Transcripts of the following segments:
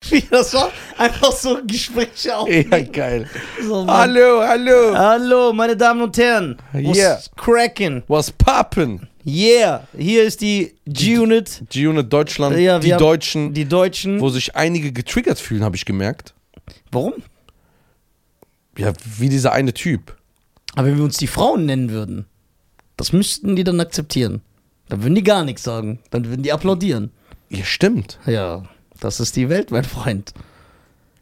Wie das war? Einfach so Gespräche auf. Ja, geil. So, Mann. Hallo, hallo. Hallo, meine Damen und Herren. Was Yeah. cracken? Was pappen? Yeah. Hier ist die G-Unit. Die Unit Deutschland, Ja, die wir haben- Deutschen, Die Hm? Deutschen. wo sich einige getriggert fühlen, habe ich gemerkt. Warum? Ja, wie dieser eine Typ. Aber wenn wir uns die Frauen nennen würden, das müssten die dann akzeptieren. Dann würden die gar nichts sagen. Dann würden die applaudieren. Ja, stimmt. Ja, das ist die Welt, mein Freund.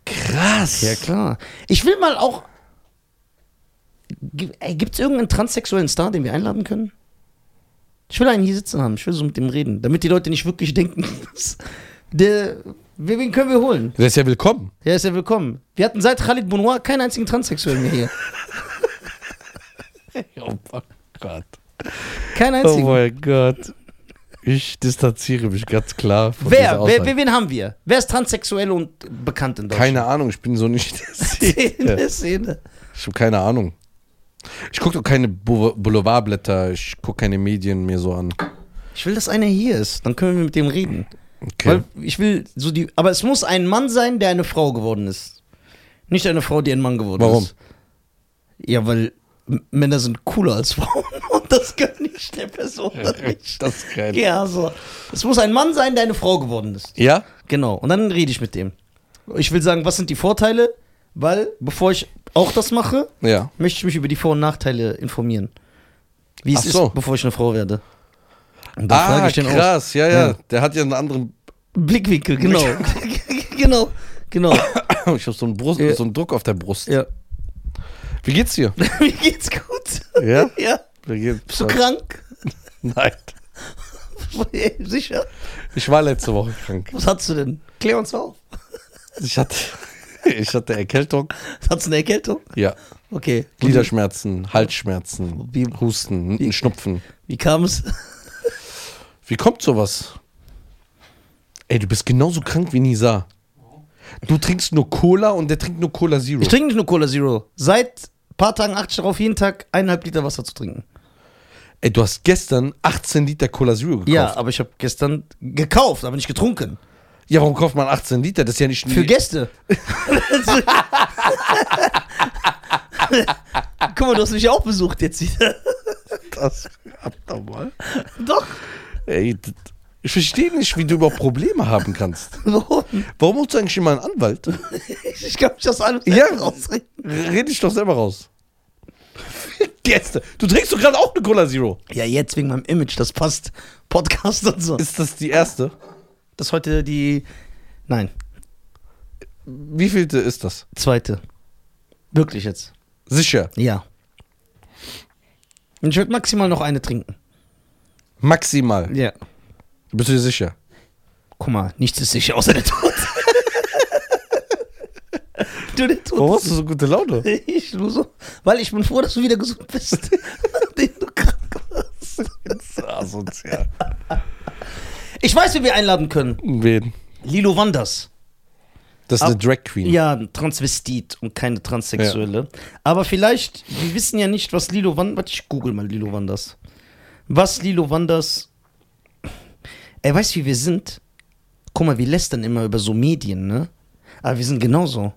Krass. Ja, klar. Ich will mal auch. Gibt es irgendeinen transsexuellen Star, den wir einladen können? Ich will einen hier sitzen haben. Ich will so mit dem reden, damit die Leute nicht wirklich denken, dass der. Wen wen können wir holen? Der ist ja willkommen. Der ist ja willkommen. Wir hatten seit Khalid Bonoir keinen einzigen Transsexuellen mehr hier. Oh mein Gott. Keinen Oh einzigen. mein Gott. Ich distanziere mich ganz klar von dieser wer, wer, Aussage. wer? Wen haben wir? Wer ist transsexuell und bekannt in Deutschland? Keine Ahnung, ich bin so nicht. In der Szene. Ich habe keine Ahnung. Ich gucke doch keine Bou- Boulevardblätter, ich gucke keine Medien mir so an. Ich will, dass einer hier ist. Dann können wir mit dem reden. Okay. Weil ich will so die. Aber es muss ein Mann sein, der eine Frau geworden ist. Nicht eine Frau, die ein Mann geworden Warum? ist. Ja, weil M- Männer sind cooler als Frauen und das gönne ich der Person dann nicht. das ist geil. Ja, so. Es muss ein Mann sein, der eine Frau geworden ist. Ja? Genau. Und dann rede ich mit dem. Ich will sagen, was sind die Vorteile? Weil, bevor ich auch das mache, Ja. möchte ich mich über die Vor- und Nachteile informieren. Wie es Ach so. ist, bevor ich eine Frau werde. Und dann Ah, frage ich den auch. krass, ja, ja, Ja. Der hat ja einen anderen. Blickwinkel, genau. genau, genau. Ich habe so, einen Brust, Ja. so einen Druck auf der Brust. Ja. Wie geht's dir? Mir geht's gut. Ja? Ja. Wie geht's? Bist du krank? Nein. Ey, Sicher? Ich war letzte Woche krank. Was hast du denn? Klär uns auf. Ich hatte, ich hatte Erkältung. Hast du eine Erkältung? Ja. Okay. Gliederschmerzen, Halsschmerzen, Wie- Husten, ein Schnupfen. Wie kam es? Wie kommt sowas? Ey, du bist genauso krank wie Nisa. Du trinkst nur Cola und der trinkt nur Cola Zero. Ich trinke nicht nur Cola Zero. Seit ein paar Tagen achte ich darauf, jeden Tag eineinhalb Liter Wasser zu trinken. Ey, du hast gestern 18 Liter Cola Zero gekauft. Ja, aber ich habe gestern gekauft, aber nicht getrunken. Ja, warum kauft man 18 Liter? Das ist ja nicht Für Gäste. Guck mal, du hast mich auch besucht jetzt wieder. das. Alter, mal. Doch. Ey, d- ich verstehe nicht, wie du überhaupt Probleme haben kannst. Warum? Warum holst du eigentlich immer einen Anwalt? Ich kann mich das alles Ja. rausreden. Red dich doch selber raus. Gäste. Du trinkst doch gerade auch eine Cola Zero. Ja, jetzt wegen meinem Image, das passt. Podcast und so. Ist das die erste? Das ist heute die. Nein, Wie vielte ist das? zweite. Wirklich jetzt. Sicher. Ja. Und ich werde maximal noch eine trinken. Maximal. Ja. Bist du dir sicher? Guck mal, nichts ist sicher außer der Tod. du, der Tod. Warum hast du so gute Laune? Ich nur so. Weil ich bin froh, dass du wieder gesund bist. nachdem du krank warst. Asozial. Ich weiß, wen wir einladen können. Wen? Ah, Lilo Wanders. Das ist eine Drag Queen. Ja, ein Transvestit und keine Transsexuelle. Aber vielleicht, wir wissen ja nicht, was Lilo Wanders. Warte, ich google mal Lilo Wanders. Was Lilo Wanders. Ey, weißt du, wie wir sind? Guck mal, wir lästern immer über so Medien, ne? Aber wir sind genauso.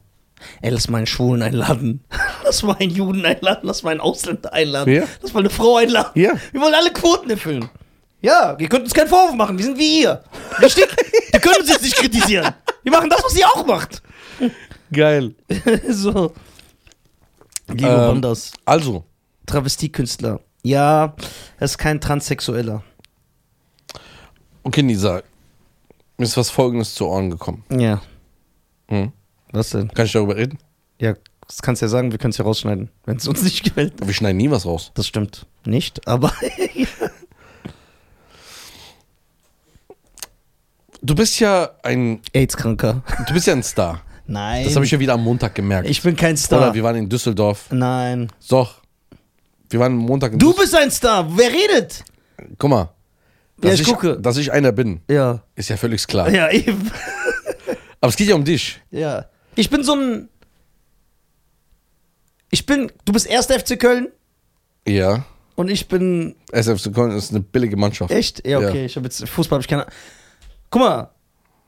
Ey, lass mal einen Schwulen einladen. Lass mal einen Juden einladen. Lass mal einen Ausländer einladen. Ja. Lass mal eine Frau einladen. Ja. Wir wollen alle Quoten erfüllen. Ja, ihr könnt uns keinen Vorwurf machen. Wir sind wie ihr. Richtig? wir können uns jetzt nicht kritisieren. Wir machen das, was ihr auch macht Geil. so. Lilo Ähm. Wanders. Also, Travestiekünstler. Ja, er ist kein Transsexueller. okay, Nisa. Mir ist was Folgendes zu Ohren gekommen. Ja. Hm? Was denn? Kann ich darüber reden? Ja, das kannst du ja sagen, wir können es ja rausschneiden, wenn es uns nicht gefällt. Wir schneiden nie was raus. Das stimmt. Nicht, aber. Du bist ja ein, AIDS-Kranker. du bist ja ein Star. Nein. Das habe ich ja wieder am Montag gemerkt. Ich bin kein Oder Star. wir waren in Düsseldorf. Nein. Doch. Wir waren am Montag in Du bist ein Star. Wer redet? Düsseldorf. Guck mal. Ja, Dass ich gucke. Dass ich einer bin, Ja. ist ja völlig klar. Ja, eben. Aber es geht ja um dich. Ja. Ich bin so ein. Ich bin. Du bist erst FC Köln Ja. und ich bin SF Köln ist eine billige Mannschaft. Echt? Ja, Ja. okay. Ich habe jetzt Fußball, habe ich keine Ahnung. Guck mal,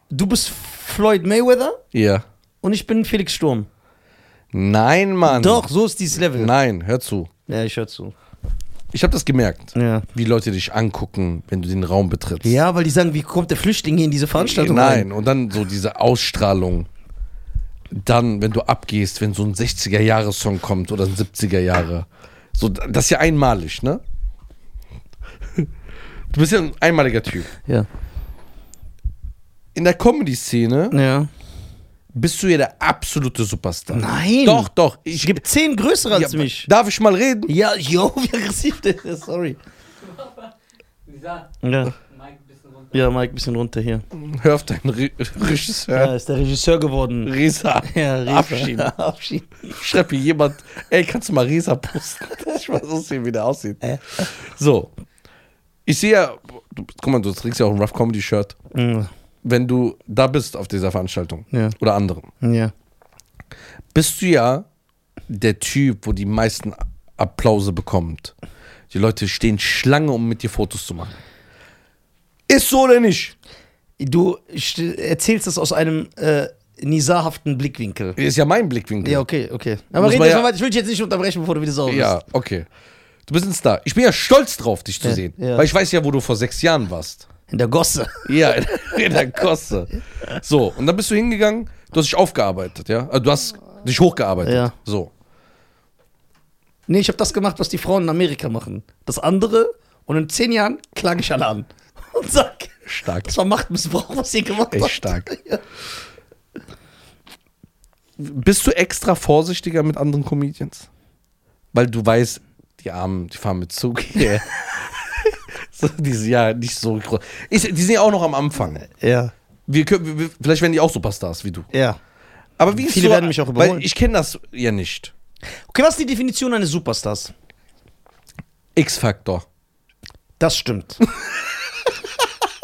du bist Floyd Mayweather Ja. und ich bin Felix Sturm. Nein, Mann. Doch, so ist dieses Level. Nein, hör zu. Ja, ich höre zu. Ich habe das gemerkt, Ja. wie Leute dich angucken, wenn du den Raum betrittst. ja, weil die sagen, wie kommt der Flüchtling hier in diese Veranstaltung rein? Nein, und dann so diese Ausstrahlung. Dann, wenn du abgehst, wenn so ein 60er-Jahre-Song kommt oder ein 70er-Jahre. So, das ist ja einmalig, ne? Du bist ja ein einmaliger Typ. Ja. In der Comedy-Szene ja. bist du ja der absolute Superstar. Nein. Doch, doch. Es Ich, gibt zehn größere als ja, mich. Darf ich mal reden? Ja, yo, wie aggressiv der ist, sorry. Lisa, Ja, Mike, ein bisschen runter. ja Mike, ein bisschen runter hier. Hör auf deinen Re Ja, Regisseur. ist der Regisseur geworden. Resa. Ja, Resa. Abschied. Abschied. Schreib hier jemand, ey, kannst du mal Resa posten? Ich weiß nicht, wie der aussieht. Äh. So. Ich sehe ja, du, guck mal, du trägst ja auch ein Rough Comedy Shirt, Mhm. wenn du da bist auf dieser Veranstaltung Ja. oder anderen. Ja. Bist du ja der Typ, wo die meisten Applause bekommt. Die Leute stehen Schlange, um mit dir Fotos zu machen. Ist so oder nicht? Du st- erzählst das aus einem äh, nisahaften Blickwinkel. Ist ja mein Blickwinkel. Ja, okay, okay. Aber Muss reden man wir ja- mal weiter. Ich will dich jetzt nicht unterbrechen, bevor du wieder sauer bist. Ja, okay. Du bist ein Star. Ich bin ja stolz drauf, dich zu Ja, sehen. ja. Weil ich weiß ja, wo du vor sechs Jahren warst. In der Gosse. Ja, in, in der Kosse. So, und dann bist du hingegangen, du hast dich aufgearbeitet, ja? Also du hast dich hochgearbeitet. Ja. So. Nee, ich habe das gemacht, was die Frauen in Amerika machen. Das andere und in zehn Jahren klage ich alle an. Und sag, Stark. das war Machtmissbrauch, was ihr gemacht Echt habt. stark. Ja. Bist du extra vorsichtiger mit anderen Comedians? Weil du weißt, die Armen, die fahren mit Zug hier. so, diese, ja, nicht so groß. Ist, die sind ja auch noch am Anfang. Ja. Wir können, wir, vielleicht werden die auch Superstars wie du. Ja. Aber wie ist Viele so, werden mich auch überholen. Weil ich kenne das ja nicht. Okay, was ist die Definition eines Superstars? X-Faktor. Das stimmt.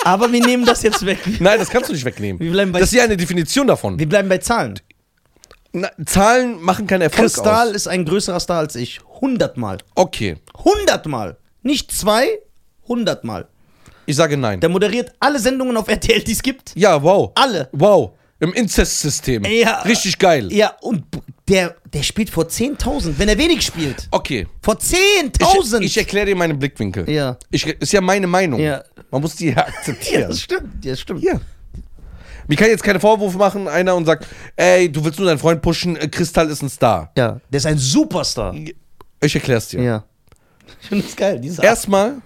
Aber wir nehmen das jetzt weg. Nein, das kannst du nicht wegnehmen. Wir bleiben bei- das ist ja eine Definition davon. Wir bleiben bei Zahlen. Na, Zahlen machen keinen Erfolg Kristall aus. ist ein größerer Star als ich. Hundertmal. Okay, Hundertmal. Nicht zwei, hundertmal. ich sage nein. Der moderiert alle Sendungen auf RTL, die es gibt. ja, wow. Alle. Wow. Im Inzestsystem. Ja. Richtig geil. Ja, und b- der, der spielt vor 10.000, wenn er wenig spielt. Okay. Vor Ich, 10.000! ich erkläre dir meinen Blickwinkel. Ja. Ich, ist ja meine Meinung. Ja. Man muss die ja ja, akzeptieren. das stimmt, ja, das stimmt. Ja. Mir kann jetzt keine Vorwürfe machen, einer und sagt, ey, du willst nur deinen Freund pushen, äh, Kristall ist ein Star. Ja, der ist ein Superstar. Ich erklär's dir. Ja. Ich finde das geil, diese Art. Erstmal,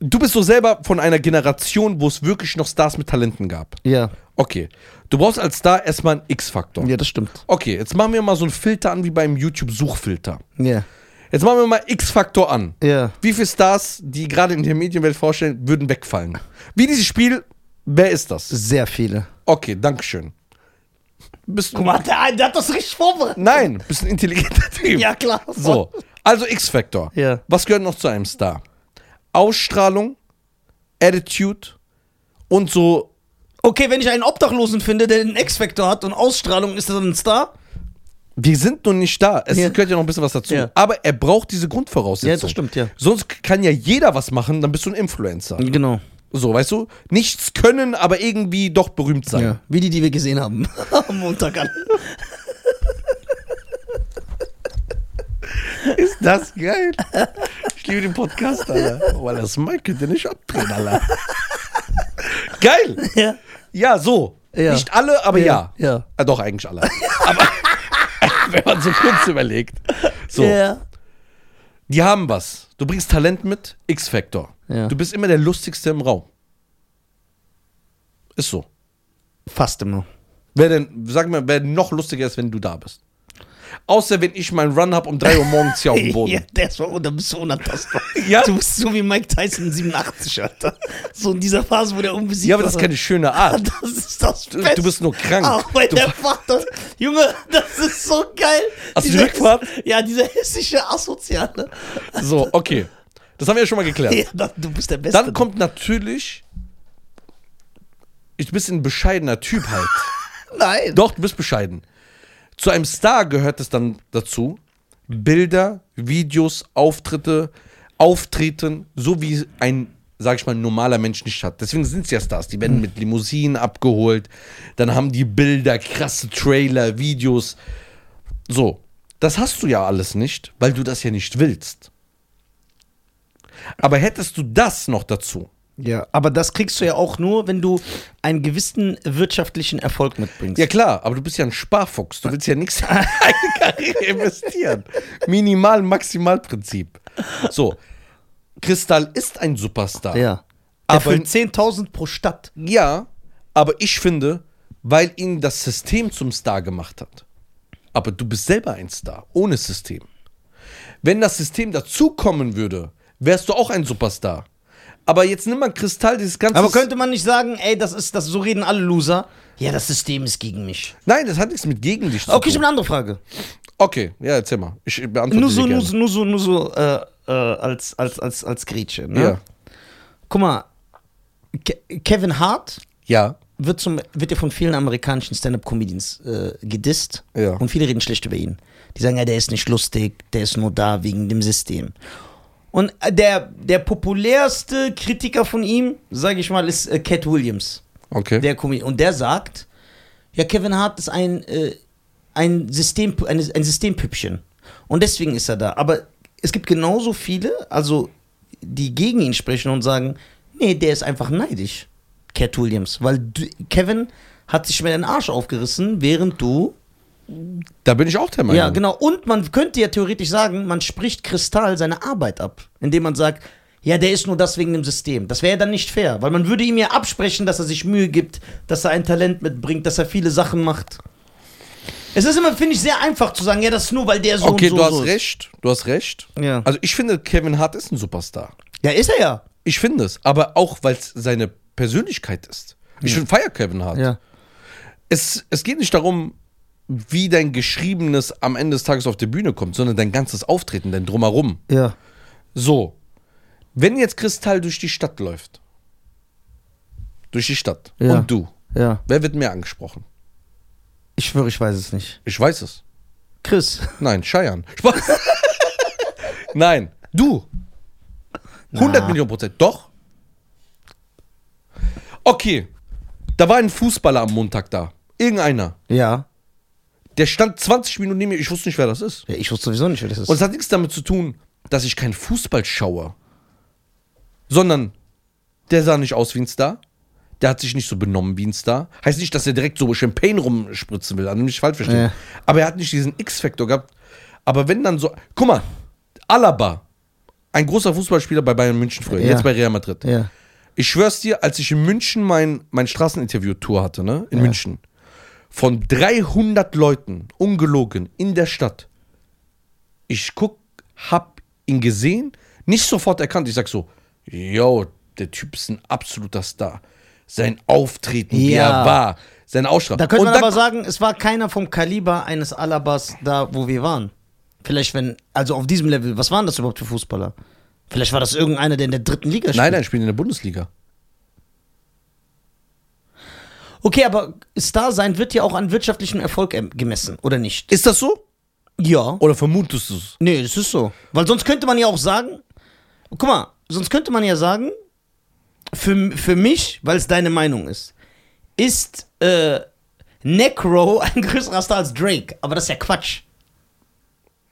du bist so selber von einer Generation, wo es wirklich noch Stars mit Talenten gab. Ja. Okay. Du brauchst als Star erstmal einen X-Faktor. Ja, das stimmt. Okay, jetzt machen wir mal so einen Filter an wie beim YouTube-Suchfilter. Ja. Jetzt machen wir mal X-Faktor an. Ja. Wie viele Stars, die gerade in der Medienwelt vorstellen, würden wegfallen? Wie dieses Spiel, wer ist das? Sehr viele. Okay, Dankeschön. Bist du. Guck mal, der, der hat das richtig vorbereitet. Nein, bist ein intelligenter Typ. Ja, klar. So, also X-Faktor. Ja. Was gehört noch zu einem Star? Ausstrahlung, Attitude und so. Okay, wenn ich einen Obdachlosen finde, der einen X-Factor hat und Ausstrahlung, ist er dann ein Star? Wir sind nun nicht da. Es Ja. gehört ja noch ein bisschen was dazu. Ja. Aber er braucht diese Grundvoraussetzung. Ja, das stimmt, ja. Sonst kann ja jeder was machen, dann bist du ein Influencer. Genau. So, weißt du? Nichts können, aber irgendwie doch berühmt sein. Ja. Wie die, die wir gesehen haben. Am Montag an. Ist das geil? Ich liebe den Podcast, Alter. Weil das Mike den ich abdrehen, Alter. Geil! Ja. Ja, so. Ja. Nicht alle, aber ja. Ja. Ah, doch, eigentlich alle. Aber wenn man so kurz überlegt. So, Ja. die haben was. Du bringst Talent mit, X-Factor. Ja. Du bist immer der Lustigste im Raum. Ist so. Fast immer. Wer denn, sag mal, wer noch lustiger ist, wenn du da bist? Außer wenn ich meinen Run habe um 3 Uhr morgens hier auf dem Boden. Ja, der ist unter bist du unantastbar. Ja. Du bist so wie Mike Tyson 87, Alter. So in dieser Phase, wo der unbesiegt Ja, aber das ist war. keine schöne Art. Das ist das Du- Beste. du bist nur krank. Auch bei Du- der Vater. Junge, das ist so geil. Hast du die Dieser- Rückfahrt? Ja, dieser hessische Asoziale. So, okay. Das haben wir ja schon mal geklärt. Ja, das, du bist der Beste. Äh. Dann kommt natürlich. Ich bist ein bescheidener Typ halt. Nein. Doch, du bist bescheiden. Zu einem Star gehört es dann dazu, Bilder, Videos, Auftritte, Auftreten, so wie ein sag ich mal, ein normaler Mensch nicht hat. Deswegen sind es ja Stars. Die werden mit Limousinen abgeholt, dann haben die Bilder, krasse Trailer, Videos. So, das hast du ja alles nicht, weil du das ja nicht willst. Aber hättest du das noch dazu, Ja, aber das kriegst du ja auch nur, wenn du einen gewissen wirtschaftlichen Erfolg mitbringst. Ja klar, aber du bist ja ein Sparfuchs. Du willst ja nichts in deine Karriere investieren. Minimal, maximal Prinzip. So, Kristall ist ein Superstar. ja. Aber- Aber 10.000 pro Stadt. Ja, aber ich finde, weil ihn das System zum Star gemacht hat. Aber du bist selber ein Star, ohne System. Wenn das System dazukommen würde, wärst du auch ein Superstar. Aber jetzt nimm mal Kristall, dieses ganze. Aber könnte man nicht sagen, ey, das ist, das so reden alle Loser. Ja, das System ist gegen mich. Nein, das hat nichts mit gegen dich zu Okay, ich habe tun. eine andere Frage. Okay, ja, erzähl mal. Ich beantworte Nur sie so, gerne. nur so, nur so, nur so äh, äh, als, als, als, als Gretchen. Ne? Ja. Guck mal, Ke Kevin Hart Ja. wird, zum, wird ja von vielen amerikanischen Stand-Up-Comedians äh, gedisst Ja. und viele reden schlecht über ihn. Die sagen, ja, der ist nicht lustig, der ist nur da wegen dem System. Und äh, der, der populärste Kritiker von ihm, sage ich mal, ist äh, Cat Williams, Okay. der Comedian. Und der sagt, ja, Kevin Hart ist ein, äh, ein, System, ein, ein Systempüppchen. Und deswegen ist er da. Aber es gibt genauso viele, also die gegen ihn sprechen und sagen, nee, der ist einfach neidisch, Cat Williams. Weil du, Kevin hat sich mit den Arsch aufgerissen, während du... Da bin ich auch der Meinung. Ja, genau. Und man könnte ja theoretisch sagen, man spricht Kristall seine Arbeit ab, indem man sagt, ja, der ist nur das wegen dem System. Das wäre ja dann nicht fair, weil man würde ihm ja absprechen, dass er sich Mühe gibt, dass er ein Talent mitbringt, dass er viele Sachen macht. Es ist immer, finde ich, sehr einfach zu sagen, ja, das ist nur, weil der so und Okay, so du hast so ist. recht. Du hast recht. Ja. Also ich finde, Kevin Hart ist ein Superstar. Ja, ist er ja. Ich finde es. Aber auch, weil es seine Persönlichkeit ist. Ich finde, feier Kevin Hart. Ja. Es, es geht nicht darum, wie dein Geschriebenes am Ende des Tages auf die Bühne kommt, sondern dein ganzes Auftreten, dein Drumherum. Ja. So, wenn jetzt Kristall durch die Stadt läuft, durch die Stadt Ja. und du, Ja. wer wird mehr angesprochen? Ich schwöre, ich weiß es nicht. Ich weiß es. Chris. Nein, Scheiern. Spaß. Nein, du. 100 Na. Millionen Prozent. Doch. Okay. Da war ein Fußballer am Montag da. Irgendeiner. Ja. Der stand 20 Minuten neben mir. Ich wusste nicht, wer das ist. ja ich wusste sowieso nicht, wer das ist. Und es hat nichts damit zu tun, dass ich keinen Fußball schaue. Sondern der sah nicht aus wie ein Star. Der hat sich nicht so benommen wie ein Star. Heißt nicht, dass er direkt so Champagne rumspritzen will. Also nicht falsch verstehen. Ja. Aber er hat nicht diesen X-Faktor gehabt. Aber wenn dann so. Guck mal, Alaba, ein großer Fußballspieler bei Bayern München früher, Ja. jetzt bei Real Madrid. ja. Ich schwör's dir, als ich in München mein, mein Straßeninterview-Tour hatte, ne? In München. Von 300 Leuten, ungelogen, in der Stadt. Ich guck, hab ihn gesehen, nicht sofort erkannt. Ich sag so, yo, der Typ ist ein absoluter Star. Sein Auftreten, wie Ja. er war, sein Ausstrahlung. Da könnte Und man dann- aber sagen, es war keiner vom Kaliber eines Alabas da, wo wir waren. Vielleicht wenn, also auf diesem Level, was waren das überhaupt für Fußballer? Vielleicht war das irgendeiner, der in der dritten Liga spielt. Nein, nein, spielt in der Bundesliga. Okay, aber Star sein wird ja auch an wirtschaftlichem Erfolg em- gemessen, oder nicht? Ist das so? Ja. Oder vermutest du es? Nee, das ist so. Weil sonst könnte man ja auch sagen, guck mal, sonst könnte man ja sagen, für, für mich, weil es deine Meinung ist, ist äh, Necro ein größerer Star als Drake. Aber das ist ja Quatsch.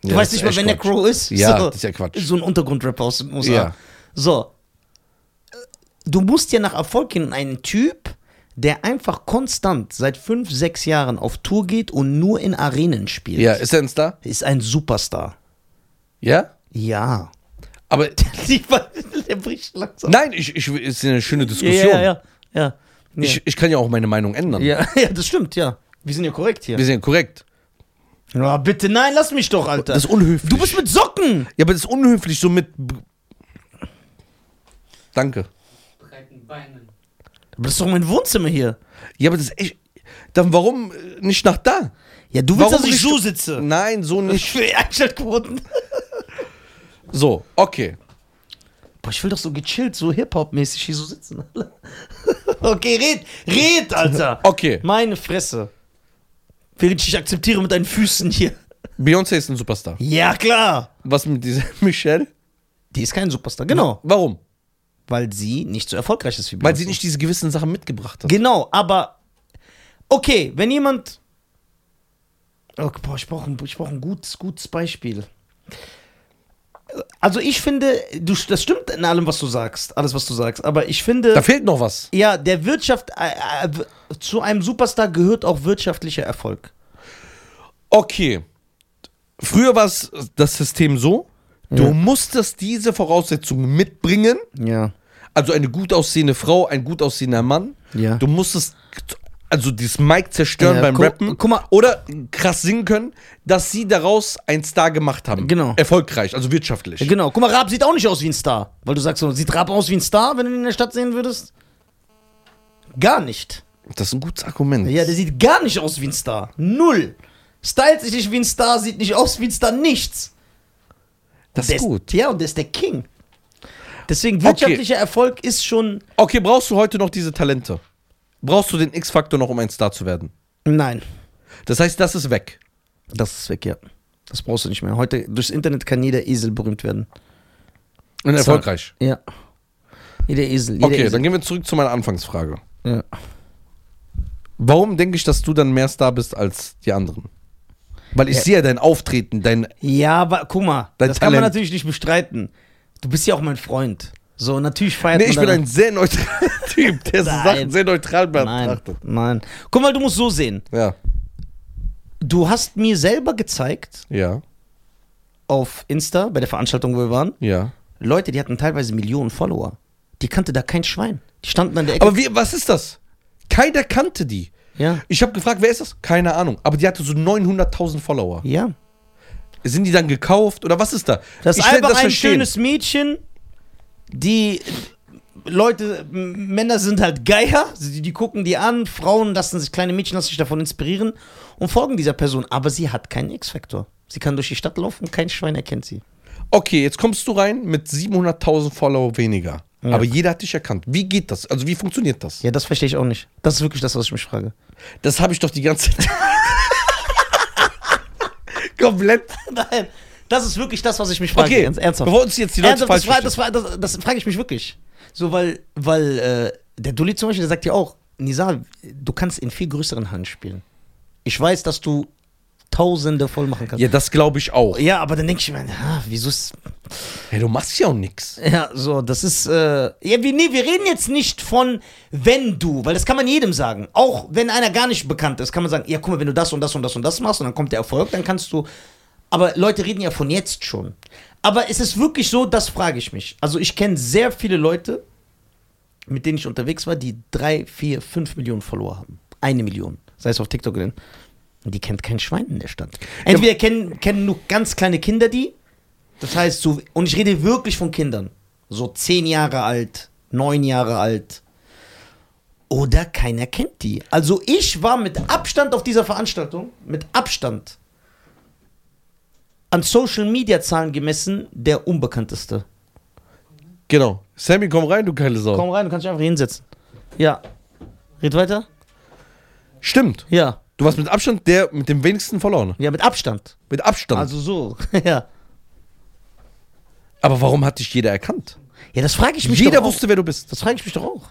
Du weißt nicht mal, wer Necro ist. Ja, so, das ist ja Quatsch. So ein Untergrundrapper aus den USA. Ja. So. Du musst ja nach Erfolg hin und einen Typ, der einfach konstant seit fünf, sechs Jahren auf Tour geht und nur in Arenen spielt, Ja, ist er ein Star? ist ein Superstar. Ja? Ja. Aber Die, der bricht langsam. nein, ich, ich, ist eine schöne ja, Diskussion. ja, ja, ja. Ja. Ich, ich kann ja auch meine Meinung ändern. ja, ja, das stimmt, ja. Wir sind ja korrekt hier. Wir sind ja korrekt. Ja, bitte, nein, lass mich doch, Alter. Das ist unhöflich. du bist mit Socken. ja, aber das ist unhöflich, so mit. Danke. breiten Beinen. Aber das ist doch mein Wohnzimmer hier. Ja, aber das ist echt. Dann warum äh, nicht nach da? Ja, du willst, warum dass ich richt- so sitze. Nein, so nicht. für die Einschaltquoten. So, okay. Boah, ich will doch so gechillt, so Hip-Hop-mäßig hier so sitzen. okay, red, red, Alter. Okay. Meine Fresse. Während ich dich akzeptiere mit deinen Füßen hier. Beyoncé ist ein Superstar. Ja, klar. Was mit dieser Michelle? Die ist kein Superstar, genau. Warum? Weil sie nicht so erfolgreich ist wie Weil sie nicht diese gewissen Sachen mitgebracht hat. Genau, aber okay, wenn jemand. Oh, boah, ich brauche ein, ich brauch ein gutes, gutes Beispiel. Also ich finde, du, das stimmt in allem, was du sagst, alles, was du sagst, aber ich finde, Da fehlt noch was. ja, der Wirtschaft, äh, äh, w- zu einem Superstar gehört auch wirtschaftlicher Erfolg. Okay. Früher war es das System so, du musstest diese Voraussetzungen mitbringen, Ja, also eine gut aussehende Frau, ein gut aussehender Mann. ja. Du musstest also dieses Mic zerstören Ja, beim guck- Rappen guck mal. oder krass singen können, dass sie daraus einen Star gemacht haben. Genau. Erfolgreich, also wirtschaftlich. Genau, guck mal, Raab sieht auch nicht aus wie ein Star. Weil du sagst so, sieht Raab aus wie ein Star, wenn du ihn in der Stadt sehen würdest? Gar nicht. Das ist ein gutes Argument. Ja, der sieht gar nicht aus wie ein Star. Null. Stylt sich nicht wie ein Star, sieht nicht aus wie ein Star, nichts. das Der ist gut. Ja, und der ist der King. Deswegen wirtschaftlicher Erfolg ist schon. Okay, brauchst du heute noch diese Talente? Brauchst du den X-Faktor noch, um ein Star zu werden? Nein, Das heißt, das ist weg. das ist weg, ja. Das brauchst du nicht mehr. Heute durchs Internet kann jeder Esel berühmt werden. Und Das erfolgreich. Ja. Jeder Esel. Jeder Okay, Esel. dann gehen wir zurück zu meiner Anfangsfrage. Ja. Warum denke ich, dass du dann mehr Star bist als die anderen? Weil ich Ja. sehe ja dein Auftreten, dein. ja, aber guck mal, Dein das kann man Talent. natürlich nicht bestreiten. Du bist ja auch mein Freund. So, natürlich feiert Nee, man ich bin dann- ein sehr neutraler Typ, der so Nein. Sachen sehr neutral Nein, betrachtet. nein. Guck mal, du musst so sehen. Ja, Du hast mir selber gezeigt, ja, auf Insta, bei der Veranstaltung, wo wir waren, ja. Leute, die hatten teilweise Millionen Follower. Die kannte da kein Schwein. Die standen an der Ecke. Aber wie, was ist das? Keiner kannte die. ja, Ich habe gefragt, wer ist das? Keine Ahnung. Aber die hatte so 900.000 Follower. ja. Sind die dann gekauft oder was ist da? Das ist werd einfach ein verstehen. schönes Mädchen, die Leute, M- Männer sind halt Geier, die, die gucken die an, Frauen lassen sich, kleine Mädchen lassen sich davon inspirieren und folgen dieser Person. Aber sie hat keinen X-Faktor. Sie kann durch die Stadt laufen, kein Schwein erkennt sie. Okay, jetzt kommst du rein mit 700.000 Follower weniger. Aber jeder hat dich erkannt. Wie geht das? Also wie funktioniert das? Ja, das verstehe ich auch nicht. Das ist wirklich das, was ich mich frage. Das habe ich doch die ganze Zeit. Komplett. Nein, das ist wirklich das, was ich mich frage. Okay, ganz ernsthaft. bevor uns jetzt die Leute Ernsthaft, das, falsch frage, das, verstehen. fra- das, das frage ich mich wirklich. So, weil, weil äh, der Dulli zum Beispiel, der sagt ja auch, Nisa, du kannst in viel größeren Hand spielen. Ich weiß, dass du Tausende voll machen kannst. Ja, Ja, das glaube ich auch. aber dann denke ich mir, ah, wieso ist. Hey, du machst ja auch nichts. Ja, so, das ist. Äh, ja, wir, nee, wir reden jetzt nicht von wenn du, weil das kann man jedem sagen. Auch wenn einer gar nicht bekannt ist, kann man sagen, ja, guck mal, wenn du das und das und das und das machst und dann kommt der Erfolg, dann kannst du. Aber Leute reden ja von jetzt schon. Aber ist es wirklich so, das frage ich mich. Also ich kenne sehr viele Leute, mit denen ich unterwegs war, die drei, vier, fünf Millionen Follower haben. Eine Million. Sei es auf TikTok oder. Und die kennt kein Schwein in der Stadt. Entweder kennen, kennen nur ganz kleine Kinder die. Das heißt, so, und ich rede wirklich von Kindern. So zehn Jahre alt, neun Jahre alt. Oder keiner kennt die. Also ich war mit Abstand auf dieser Veranstaltung, mit Abstand, an Social-Media-Zahlen gemessen, der Unbekannteste. Genau. Sammy, komm rein, du geile Sau. Komm rein, du kannst dich einfach hier hinsetzen. Ja. Red weiter? Stimmt. Ja. Du warst mit Abstand der mit dem wenigsten verloren. Ja, mit Abstand. Mit Abstand. Also so. ja. Aber warum hat dich jeder erkannt? Ja, das frage ich mich Jeder doch wusste, wer du auch. bist. Das frage ich mich doch auch.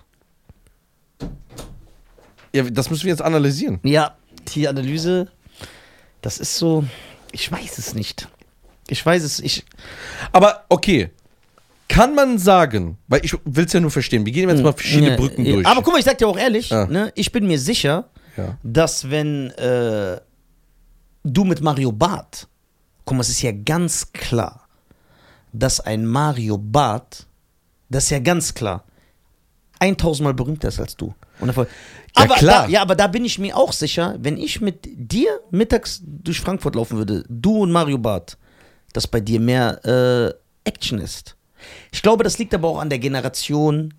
Ja, das müssen wir jetzt analysieren. Ja, die Analyse, das ist so, ich weiß es nicht. Ich weiß es, ich, Aber okay. Kann man sagen, weil ich will es ja nur verstehen, wir gehen jetzt mal verschiedene Ja, Brücken ja. durch. Aber guck mal, ich sag dir auch ehrlich, Ja. ne, ich bin mir sicher, ja. dass wenn äh, du mit Mario Barth, guck mal, es ist ja ganz klar, dass ein Mario Barth, das ist ja ganz klar, 1000 Mal berühmter ist als du. Und davor- Ja, aber klar. Da, ja, aber da bin ich mir auch sicher, wenn ich mit dir mittags durch Frankfurt laufen würde, du und Mario Barth, dass bei dir mehr äh, Action ist. Ich glaube, das liegt aber auch an der Generation.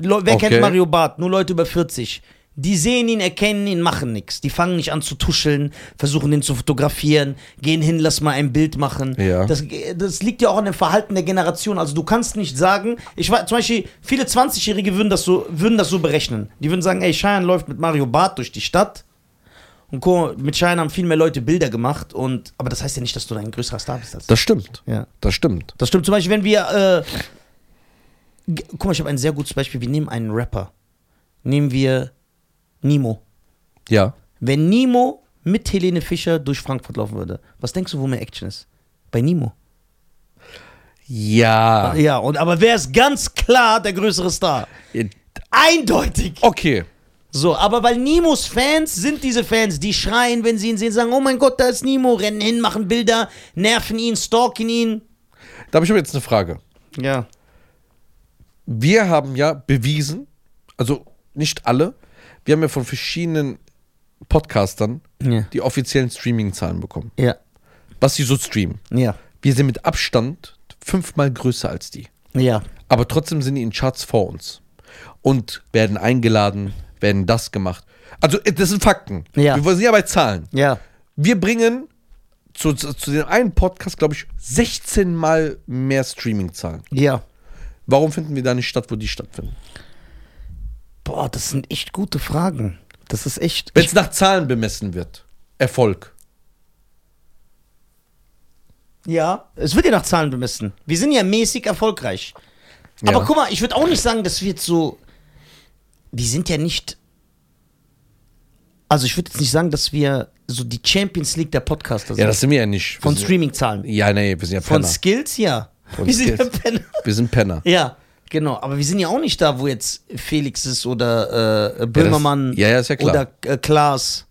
Leu- Wer Okay. kennt Mario Barth? Nur Leute über 40. Die sehen ihn, erkennen ihn, machen nichts. Die fangen nicht an zu tuscheln, versuchen ihn zu fotografieren, gehen hin, lass mal ein Bild machen. Ja. Das, das liegt ja auch an dem Verhalten der Generation. Also du kannst nicht sagen, ich weiß, zum Beispiel, viele 20-Jährige würden das so, würden das so berechnen. Die würden sagen, ey, Cheyenne läuft mit Mario Barth durch die Stadt. Und guck, mal, mit Cheyenne haben viel mehr Leute Bilder gemacht. Und, aber das heißt ja nicht, dass du ein größerer Star bist als Das stimmt. ja. Das stimmt. Das stimmt zum Beispiel, wenn wir äh, G- Guck mal, ich habe ein sehr gutes Beispiel. Wir nehmen einen Rapper. Nehmen wir Nemo. Ja. Wenn Nemo mit Helene Fischer durch Frankfurt laufen würde, was denkst du, wo mehr Action ist? Bei Nemo. Ja. Ja, und aber wer ist ganz klar der größere Star? Eindeutig. Okay. So, aber weil Nemos Fans sind diese Fans, die schreien, wenn sie ihn sehen, sagen, oh mein Gott, da ist Nemo, rennen hin, machen Bilder, nerven ihn, stalken ihn. Da habe ich aber jetzt eine Frage. Ja. Wir haben ja bewiesen, also nicht alle, wir haben ja von verschiedenen Podcastern Ja. die offiziellen Streaming-Zahlen bekommen, Ja. was sie so streamen. Ja. Wir sind mit Abstand fünfmal größer als die. Ja. Aber trotzdem sind die in Charts vor uns. Und werden eingeladen, werden das gemacht. Also, äh, das sind Fakten. Ja. Wir sind ja bei Zahlen. Ja. Wir bringen zu, zu, zu dem einen Podcast, glaube ich, 16 Mal mehr Streaming-Zahlen. Ja. Warum finden wir da nicht statt, wo die stattfinden? Boah, das sind echt gute Fragen. Das ist echt. Wenn es nach Zahlen bemessen wird. Erfolg. Ja, es wird ja nach Zahlen bemessen. Wir sind ja mäßig erfolgreich. Aber Ja. guck mal, ich würde auch nicht sagen, dass wir jetzt so. Wir sind ja nicht. Also ich würde jetzt nicht sagen, dass wir so die Champions League der Podcaster sind. Ja, das sind wir ja nicht. Wir von sind- Streaming-Zahlen. Ja, nee, wir sind ja Von Penner. Skills, ja. Von wir sind ja Skills. Penner. wir sind Penner. Ja, genau. Aber wir sind ja auch nicht da, wo jetzt Felix ist oder äh, Böhmermann ja, ja, ist ja klar. oder äh, Klaas.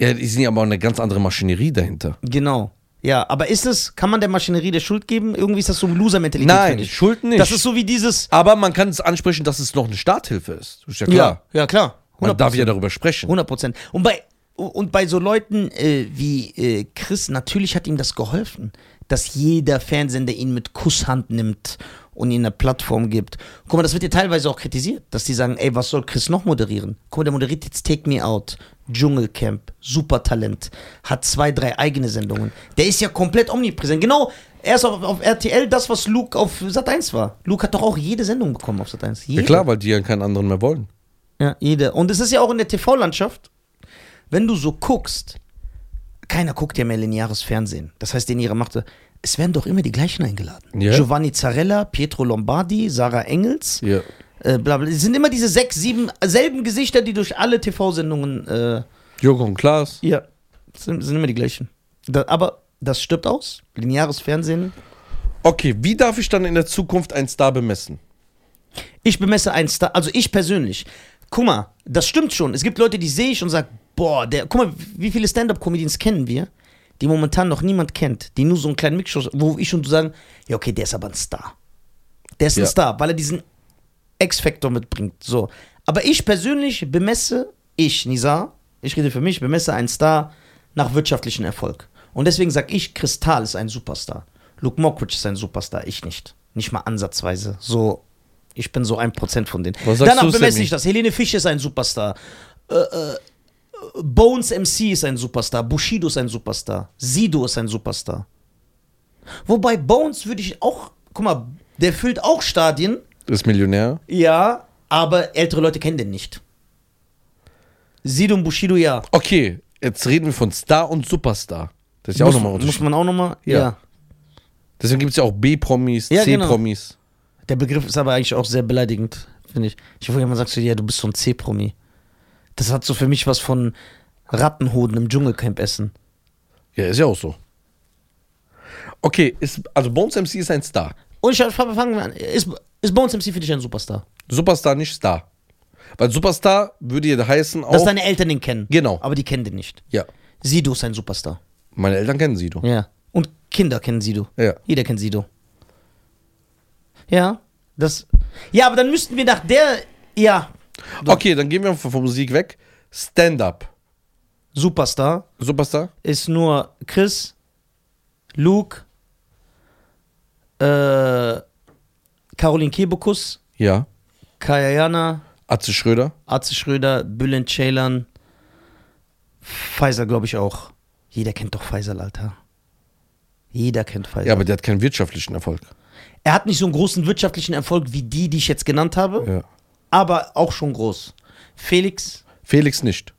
Ja, die sind ja aber auch eine ganz andere Maschinerie dahinter. Genau. Ja, aber ist es, kann man der Maschinerie der Schuld geben? Irgendwie ist das so eine Loser-Mentalität. Nein, finde ich. Schuld nicht. Das ist so wie dieses. Aber man kann es ansprechen, dass es noch eine Starthilfe ist. Ist ja klar. Ja, ja klar. Man darf ja darüber sprechen. 100 Prozent. Und bei, und bei so Leuten äh, wie äh, Chris, natürlich hat ihm das geholfen, dass jeder Fernsender ihn mit Kusshand nimmt und ihm eine Plattform gibt. Guck mal, das wird ja teilweise auch kritisiert, dass die sagen, ey, was soll Chris noch moderieren? Guck mal, der moderiert jetzt Take Me Out, Dschungelcamp, Supertalent, hat zwei, drei eigene Sendungen. Der ist ja komplett omnipräsent. Genau, er ist auf, auf RTL das, was Luke auf Sat1 war. Luke hat doch auch jede Sendung bekommen auf Sat1. Ja Jede. klar, weil die ja keinen anderen mehr wollen. Ja, jede. Und es ist ja auch in der TV-Landschaft, wenn du so guckst, keiner guckt ja mehr lineares Fernsehen. Das heißt, in ihrer Macht, es werden doch immer die gleichen eingeladen. Ja. Giovanni Zarella, Pietro Lombardi, Sarah Engels, Ja. äh, bla bla. Es sind immer diese sechs, sieben selben Gesichter, die durch alle TV-Sendungen, äh, Jürgen und Klaas. ja, sind, sind immer die gleichen. Da, aber das stirbt aus. Lineares Fernsehen. Okay, wie darf ich dann in der Zukunft einen Star bemessen? Ich bemesse einen Star, also ich persönlich. Guck mal, das stimmt schon. Es gibt Leute, die sehe ich und sage, boah, der, guck mal, wie viele Stand-Up-Comedians kennen wir, die momentan noch niemand kennt, die nur so einen kleinen Mixshow, wo ich und du sagen, ja, okay, der ist aber ein Star. Der ist Ja. ein Star, weil er diesen X-Factor mitbringt. So. Aber ich persönlich bemesse, ich, Nisa, ich rede für mich, bemesse einen Star nach wirtschaftlichen Erfolg. Und deswegen sage ich, Kristall ist ein Superstar. Luke Mockridge ist ein Superstar, ich nicht. Nicht mal ansatzweise. So, ich bin so ein Prozent von denen. Was sagst Danach du, bemesse Sammy? ich das. Helene Fischer ist ein Superstar. Äh, äh, Bones MC ist ein Superstar. Bushido ist ein Superstar. Sido ist ein Superstar. Wobei Bones würde ich auch, guck mal, der füllt auch Stadien, Ist Millionär. ja, aber ältere Leute kennen den nicht. Sido und Bushido, ja. Okay, jetzt reden wir von Star und Superstar. Das ist ja auch muss, nochmal ein muss Unterschied. man auch nochmal? Ja. Ja. Deswegen gibt es ja auch B-Promis, Ja, genau. C-Promis. Der Begriff ist aber eigentlich auch sehr beleidigend, finde ich. Ich hoffe, jemand sagt zu dir, ja, du bist so ein C-Promi. Das hat so für mich was von Rattenhoden im Dschungelcamp essen. Ja, ist ja auch so. Okay, ist, also Bones MC ist ein Star. Und ich fangen wir an. Ist, ist Bones MC für dich ein Superstar? Superstar nicht Star. Weil Superstar würde ja heißen auch. Dass deine Eltern den kennen. Genau. Aber die kennen den nicht. ja, Sido ist ein Superstar. meine Eltern kennen Sido. Ja. Und Kinder kennen Sido. Ja. Jeder kennt Sido. Ja, das. Ja, aber dann müssten wir nach der. Ja, Okay, dann gehen wir von von Musik weg. Stand-up. Superstar Superstar? ist nur Chris, Luke, äh, Caroline Kebekus, Ja. Kaya Jana, Atze Schröder? Atze Schröder, Bülent Ceylan, Pfizer, glaube ich auch. Jeder kennt doch Pfizer, Alter. Jeder kennt Pfizer. Ja, aber der hat keinen wirtschaftlichen Erfolg. Er hat nicht so einen großen wirtschaftlichen Erfolg wie die, die ich jetzt genannt habe, Ja. aber auch schon groß. Felix. Felix nicht.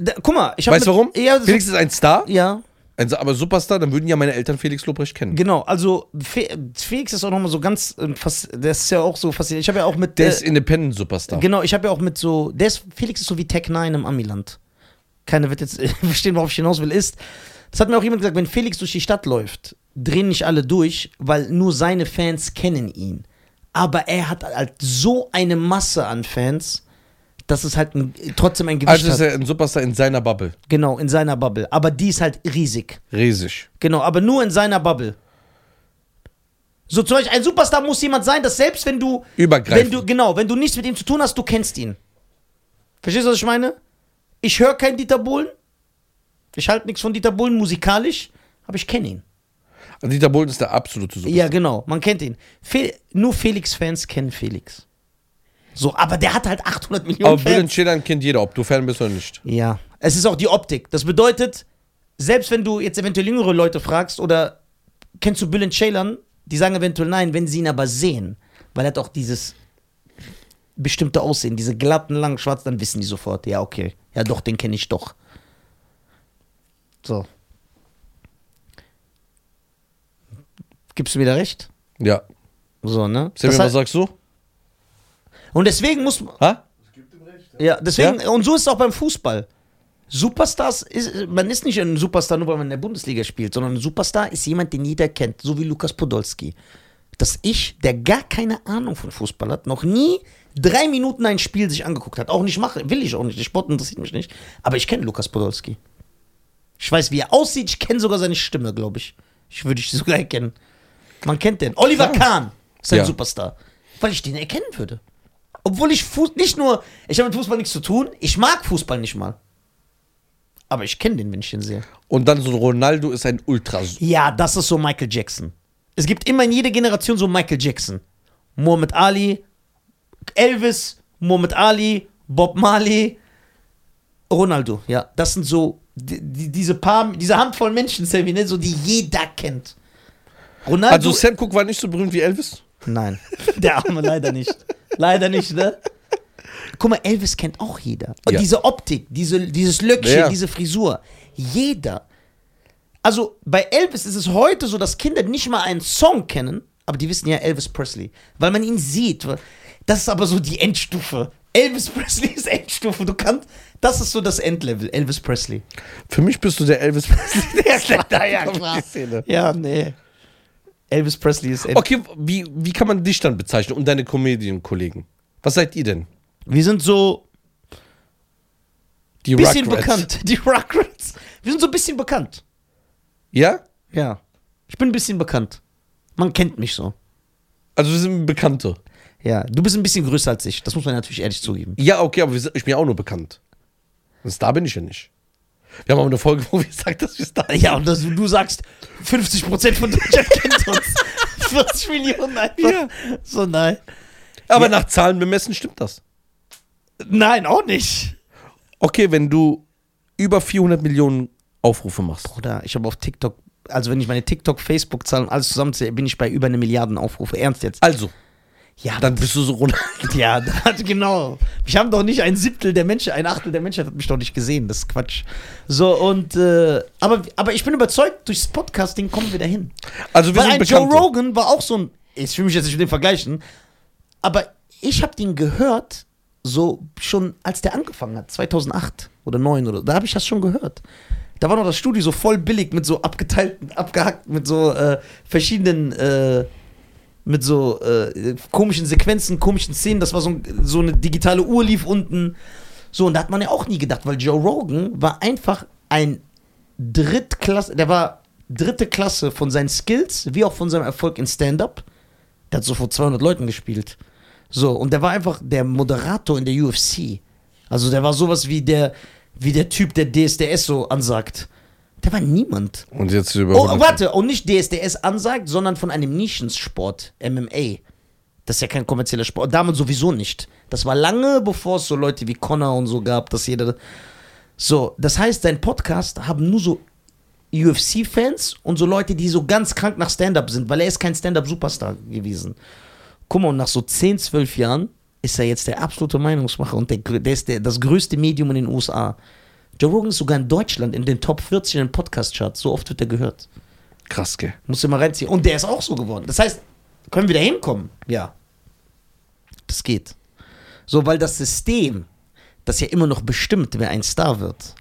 Da, guck mal, ich habe. Weißt du warum? Ja, das- Felix ist ein Star, ja, Also, aber Superstar, dann würden ja meine Eltern Felix Lobrecht kennen. Genau, also Fe Felix ist auch nochmal so ganz, ähm, fas- der ist ja auch so faszinierend. Ich habe ja auch mit Der äh, ist Independent Superstar. Genau, ich habe ja auch mit so, der ist, Felix ist so wie Tech 9 im Amiland. Keiner wird jetzt verstehen, worauf ich hinaus will, ist, das hat mir auch jemand gesagt, wenn Felix durch die Stadt läuft, drehen nicht alle durch, weil nur seine Fans kennen ihn. Aber er hat halt so eine Masse an Fans, dass es halt ein, trotzdem ein Gewicht Also ist hat. er ein Superstar in seiner Bubble. Genau, in seiner Bubble. Aber die ist halt riesig. Riesig. Genau, aber nur in seiner Bubble. So zum Beispiel, ein Superstar muss jemand sein, dass selbst wenn du, wenn Übergreifend. du, genau, wenn du nichts mit ihm zu tun hast, du kennst ihn. Verstehst du, was ich meine? Ich höre keinen Dieter Bohlen. Ich halte nichts von Dieter Bohlen musikalisch, aber ich kenne ihn. Dieter Bohlen ist der absolute Superstar. Ja, genau, man kennt ihn. Fe nur Felix-Fans kennen Felix. So, aber der hat halt 800 Millionen Aber Bill Fans. und Schildern kennt jeder, ob du Fan bist oder nicht. Ja, es ist auch die Optik. Das bedeutet, selbst wenn du jetzt eventuell jüngere Leute fragst oder kennst du Bülent Ceylan, die sagen eventuell nein, wenn sie ihn aber sehen, weil er hat auch dieses bestimmte Aussehen, diese glatten, langen, schwarzen, dann wissen die sofort, ja, okay, ja doch, den kenne ich doch. So. Gibst du mir da recht? Ja. So, ne? Sammy, Das was heißt, sagst du? und deswegen muss, Ha? Ja, deswegen, und so ist es auch beim Fußball. Superstars, ist, man ist nicht ein Superstar, nur weil man in der Bundesliga spielt, sondern ein Superstar ist jemand, den jeder kennt, so wie Lukas Podolski. Dass ich, der gar keine Ahnung von Fußball hat, noch nie drei Minuten ein Spiel sich angeguckt hat. Auch nicht mache, will ich auch nicht. Der Sport interessiert mich nicht. Aber ich kenne Lukas Podolski. Ich weiß, wie er aussieht. Ich kenne sogar seine Stimme, glaube ich. Ich würde ich sogar erkennen. Man kennt den. Oliver Klar. Kahn ist ein Ja. Superstar. Weil ich den erkennen würde. Obwohl ich Fuß nicht nur, ich habe mit Fußball nichts zu tun, ich mag Fußball nicht mal. Aber ich kenne den, wenn ich den sehe. Und dann so ein Ronaldo ist ein Ultra. Also, Ja, das ist so Michael Jackson. Es gibt immer in jeder Generation so Michael Jackson. Muhammad Ali, Elvis, Muhammad Ali, Bob Marley, Ronaldo. Ja, das sind so die, die, diese paar, diese Handvoll Menschen, Sammy, ne, so die jeder kennt. Ronaldo. Also Sam Cook war nicht so berühmt wie Elvis? nein, der Arme leider nicht. Leider nicht, ne? Guck mal, Elvis kennt auch jeder. Und Ja. diese Optik, diese, dieses Löckchen, Ja. diese Frisur. Jeder. Also bei Elvis ist es heute so, dass Kinder nicht mal einen Song kennen, aber die wissen ja Elvis Presley, weil man ihn sieht. Das ist aber so die Endstufe. Elvis Presley ist Endstufe. Du kannst, das ist so das Endlevel, Elvis Presley. Für mich bist du der Elvis Presley. Der ist da, ja, Die Szene. Ja, nee. Elvis Presley ist Endstufe. Okay, wie, wie kann man dich dann bezeichnen und deine Comedian-Kollegen? Was seid ihr denn? Wir sind so Die ein bisschen Rugrats. bekannt. Die Rugrats. Wir sind so ein bisschen bekannt. Ja? Ja. Ich bin ein bisschen bekannt. Man kennt mich so. Also wir sind Bekannte. Ja. Du bist ein bisschen größer als ich. Das muss man natürlich ehrlich zugeben. Ja, okay, aber wir sind, ich bin ja auch nur bekannt. Ein Star bin ich ja nicht. Wir haben aber eine Folge, wo wir sagen, dass wir Star sind. Ja, und dass du, du sagst, 50% von Deutschland kennt uns. 40 Millionen einfach. Ja. So, nein. Aber nach Zahlen bemessen stimmt das. Nein, auch nicht. Okay, wenn du über 400 Millionen Aufrufe machst. Oder ich habe auf TikTok, also wenn ich meine TikTok, Facebook-Zahlen und alles zusammenzähle, bin ich bei über eine Milliarden Aufrufe. Ernst jetzt? Also, Ja, dann bist du so Ronaldo. Ja, das, genau. Mich haben doch nicht ein Siebtel der Menschen, ein Achtel der Menschheit hat mich doch nicht gesehen. Das ist Quatsch. So, und, äh, aber, aber ich bin überzeugt, durchs Podcasting kommen wir dahin. Also wir Weil ein sind bekannt. Joe Rogan war auch so ein, ich will mich jetzt nicht mit dem vergleichen, aber ich habe den gehört, so schon als der angefangen hat, 2008 oder 2009 oder, da habe ich das schon gehört. Da war noch das Studio so voll billig mit so abgeteilten, abgehackt, mit so äh, verschiedenen, äh, mit so äh, komischen Sequenzen, komischen Szenen. Das war so, ein, so eine digitale Uhr lief unten. So, und da hat man ja auch nie gedacht, weil Joe Rogan war einfach ein Drittklasse, der war dritte Klasse von seinen Skills, wie auch von seinem Erfolg in Stand-Up. Der hat so vor 200 Leuten gespielt. So, und der war einfach der Moderator in der UFC. Also der war sowas wie der, wie der Typ, der DSDS so ansagt. Der war niemand. Und jetzt über Oh, warte, und nicht DSDS ansagt, sondern von einem Nischensport, MMA. Das ist ja kein kommerzieller Sport. Damals sowieso nicht. Das war lange, bevor es so Leute wie Connor und so gab, dass jeder. So, das heißt, dein Podcast haben nur so UFC-Fans und so Leute, die so ganz krank nach Stand-Up sind, weil er ist kein Stand-Up-Superstar gewesen. Guck mal, und nach so 10, 12 Jahren ist er jetzt der absolute Meinungsmacher und der, grö- der ist der, das größte Medium in den USA. Joe Rogan ist sogar in Deutschland in den Top 40 in den Podcast-Charts. So oft wird er gehört. Krass, gell? Musst du mal reinziehen. Und der ist auch so geworden. Das heißt, können wir da hinkommen? Ja. Das geht. So, weil das System, das ja immer noch bestimmt, wer ein Star wird,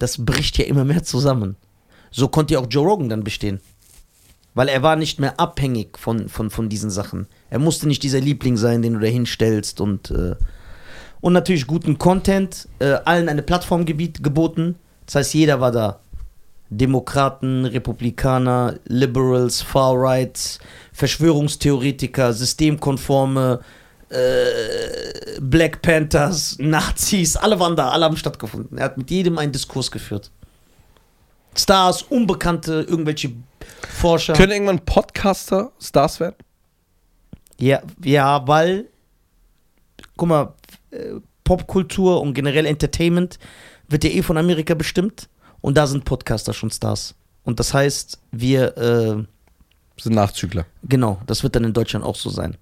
das bricht ja immer mehr zusammen. So konnte ja auch Joe Rogan dann bestehen. Weil er war nicht mehr abhängig von, von, von diesen Sachen. Er musste nicht dieser Liebling sein, den du da hinstellst und, äh, und natürlich guten Content, äh, allen eine Plattform gebiet, geboten. Das heißt, jeder war da. Demokraten, Republikaner, Liberals, Far Rights, Verschwörungstheoretiker, systemkonforme, äh, Black Panthers, Nazis, alle waren da, alle haben stattgefunden. Er hat mit jedem einen Diskurs geführt. Stars, Unbekannte, irgendwelche Forscher. Können irgendwann Podcaster Stars werden? Ja, ja, weil, guck mal, äh, Popkultur und generell Entertainment wird ja eh von Amerika bestimmt. Und da sind Podcaster schon Stars. Und das heißt, wir, äh, Sind Nachzügler. genau, das wird dann in Deutschland auch so sein.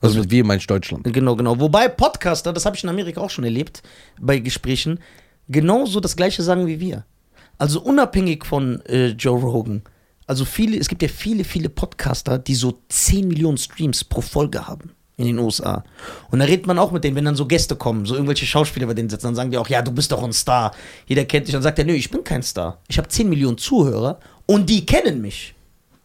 Also mit wir meinst Deutschland. Genau, genau. Wobei Podcaster, das habe ich in Amerika auch schon erlebt, bei Gesprächen, genauso das gleiche sagen wie wir. Also unabhängig von äh, Joe Rogan. Also viele, es gibt ja viele, viele Podcaster, die so 10 Millionen Streams pro Folge haben in den USA. Und da redet man auch mit denen, wenn dann so Gäste kommen, so irgendwelche Schauspieler bei denen sitzen, dann sagen die auch, ja, du bist doch ein Star. Jeder kennt dich. Dann sagt er, nö, ich bin kein Star. Ich habe 10 Millionen Zuhörer und die kennen mich.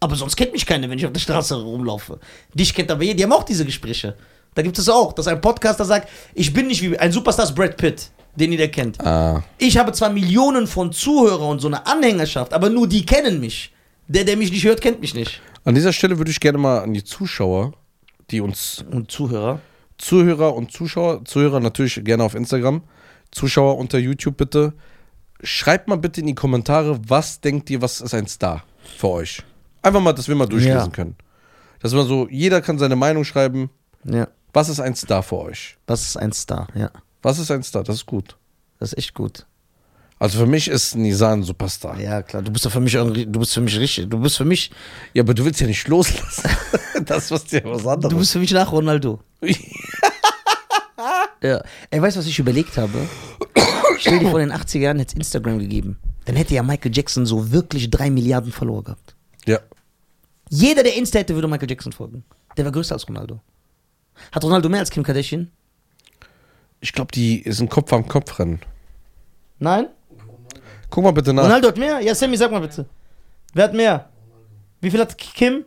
Aber sonst kennt mich keiner, wenn ich auf der Straße rumlaufe. Dich kennt aber jeder. Die haben auch diese Gespräche. Da gibt es auch, dass ein Podcaster sagt, ich bin nicht wie ein Superstar ist Brad Pitt, den jeder kennt. Ah. Ich habe zwar Millionen von Zuhörern und so eine Anhängerschaft, aber nur die kennen mich. Der, der mich nicht hört, kennt mich nicht. An dieser Stelle würde ich gerne mal an die Zuschauer, die uns Und Zuhörer? Zuhörer und Zuschauer, Zuhörer natürlich gerne auf Instagram, Zuschauer unter YouTube bitte, schreibt mal bitte in die Kommentare, was denkt ihr, was ist ein Star für euch? Einfach mal, dass wir mal durchlesen Ja. können. Dass man so, jeder kann seine Meinung schreiben, Ja. was ist ein Star für euch? Das ist ein Star, ja. Was ist ein Star? Das ist gut. Das ist echt gut. Also für mich ist Nisa ein Superstar. Ja, Ja, klar. Du bist doch für mich irgendwie, du bist für mich richtig. Du bist für mich, aber du willst ja nicht loslassen. das ist ja was du anderes. bist für mich nach Ronaldo. ja. Ey, weißt du, was ich überlegt habe? Stell dir vor, in den 80er Jahren hätte es Instagram gegeben. Dann hätte ja Michael Jackson so wirklich drei Milliarden Follower gehabt. Ja. Jeder, der Insta hätte, würde Michael Jackson folgen. Der war größer als Ronaldo. Hat Ronaldo mehr als Kim Kardashian? Ich glaube, die ist ein Kopf am Kopf rennen. Nein? Guck mal bitte nach. Ronaldo hat mehr? Ja, Sammy, sag mal bitte. Wer hat mehr? Wie viel hat Kim?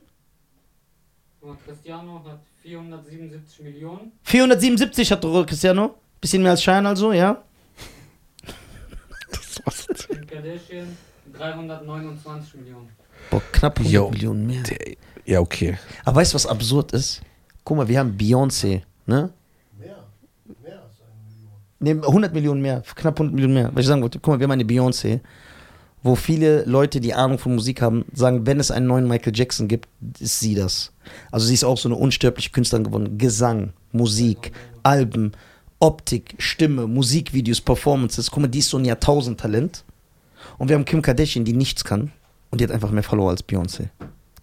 Und Cristiano hat 477 Millionen. 477 hat Cristiano. Bisschen mehr als Schein also, ja? Und Kardashian 329 Millionen. Boah, knapp 100 Jo. Millionen mehr. Der- Ja, okay. Aber weißt du, was absurd ist? Guck mal, wir haben Beyoncé, ne? Mehr. Mehr als eine Million. Ne, 100 Millionen mehr, knapp 100 Millionen mehr. Was ich sagen wollte, guck mal, wir haben eine Beyoncé, wo viele Leute, die Ahnung von Musik haben, sagen, wenn es einen neuen Michael Jackson gibt, ist sie das. Also sie ist auch so eine unsterbliche Künstlerin geworden. Gesang, Musik, Alben, Optik, Stimme, Musikvideos, Performances. Guck mal, die ist so ein Jahrtausendtalent. Und wir haben Kim Kardashian, die nichts kann. Und die hat einfach mehr Follower als Beyoncé.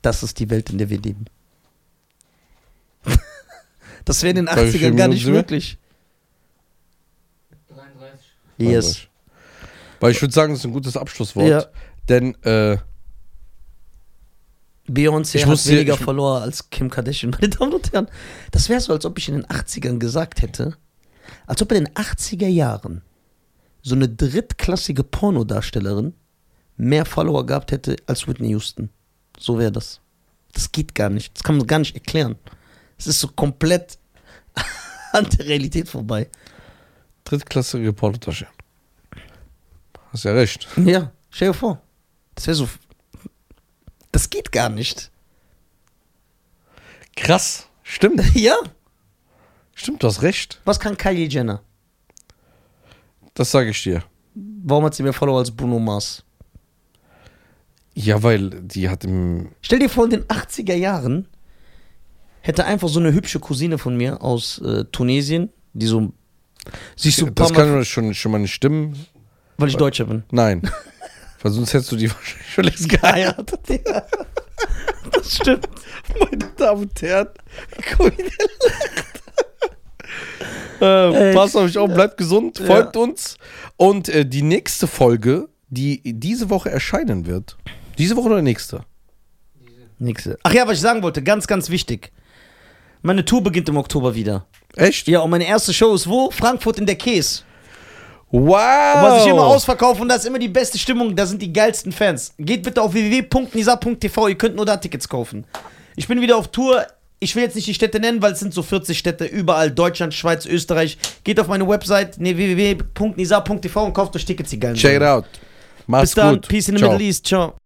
Das ist die Welt, in der wir leben. das wäre in den Bei wie vielen 80ern gar Minuten nicht sind wir? möglich. 33. Yes. Weil ich würde sagen, das ist ein gutes Abschlusswort. Ja. Denn äh, Beyoncé Ich hat muss hier- weniger ich- Follower als Kim Kardashian, meine Damen und Herren. Das wäre so, als ob ich in den 80ern gesagt hätte, als ob in den 80er Jahren so eine drittklassige Pornodarstellerin mehr Follower gehabt hätte als Whitney Houston. So wäre das. Das geht gar nicht. Das kann man gar nicht erklären. Es ist so komplett an der Realität vorbei. drittklassige Portotasche. Hast ja recht. Ja, stell dir vor. Das wäre so. Das geht gar nicht. Krass. Stimmt. Ja? Stimmt, du hast recht. Was kann Kylie Jenner? Das sage ich dir. Warum hat sie mehr Follower als Bruno Mars? Ja, weil die hat im. Stell dir vor, in den 80er Jahren hätte einfach so eine hübsche Cousine von mir aus äh, Tunesien, die so sich so ein paar das kann Mal, doch schon, schon mal nicht stimmen. weil ich Deutscher bin. Nein. weil sonst hättest du die wahrscheinlich schon längst geheiratet. Ja. Das stimmt. Meine Damen und Herren. Guck, wie der lacht. Äh, passt auf euch auf, bleibt gesund, folgt uns. Und äh, die nächste Folge, die diese Woche erscheinen wird, diese Woche oder nächste? Diese. Nix. Ach ja, was ich sagen wollte, ganz, ganz wichtig. Meine Tour beginnt im Oktober wieder. Echt? Ja, und meine erste Show ist wo? Frankfurt in der Käse. Wow! Was ich immer ausverkaufe und da ist immer die beste Stimmung, da sind die geilsten Fans. Geht bitte auf www.nisa.tv, ihr könnt nur da Tickets kaufen. Ich bin wieder auf Tour. Ich will jetzt nicht die Städte nennen, weil es sind so 40 Städte überall, Deutschland, Schweiz, Österreich. Geht auf meine Website nee, www.nisa.tv und kauft euch Tickets, die geilen. Check it Sachen. out. Mach's Bis dann, gut. Peace in the Ciao. Middle East, ciao.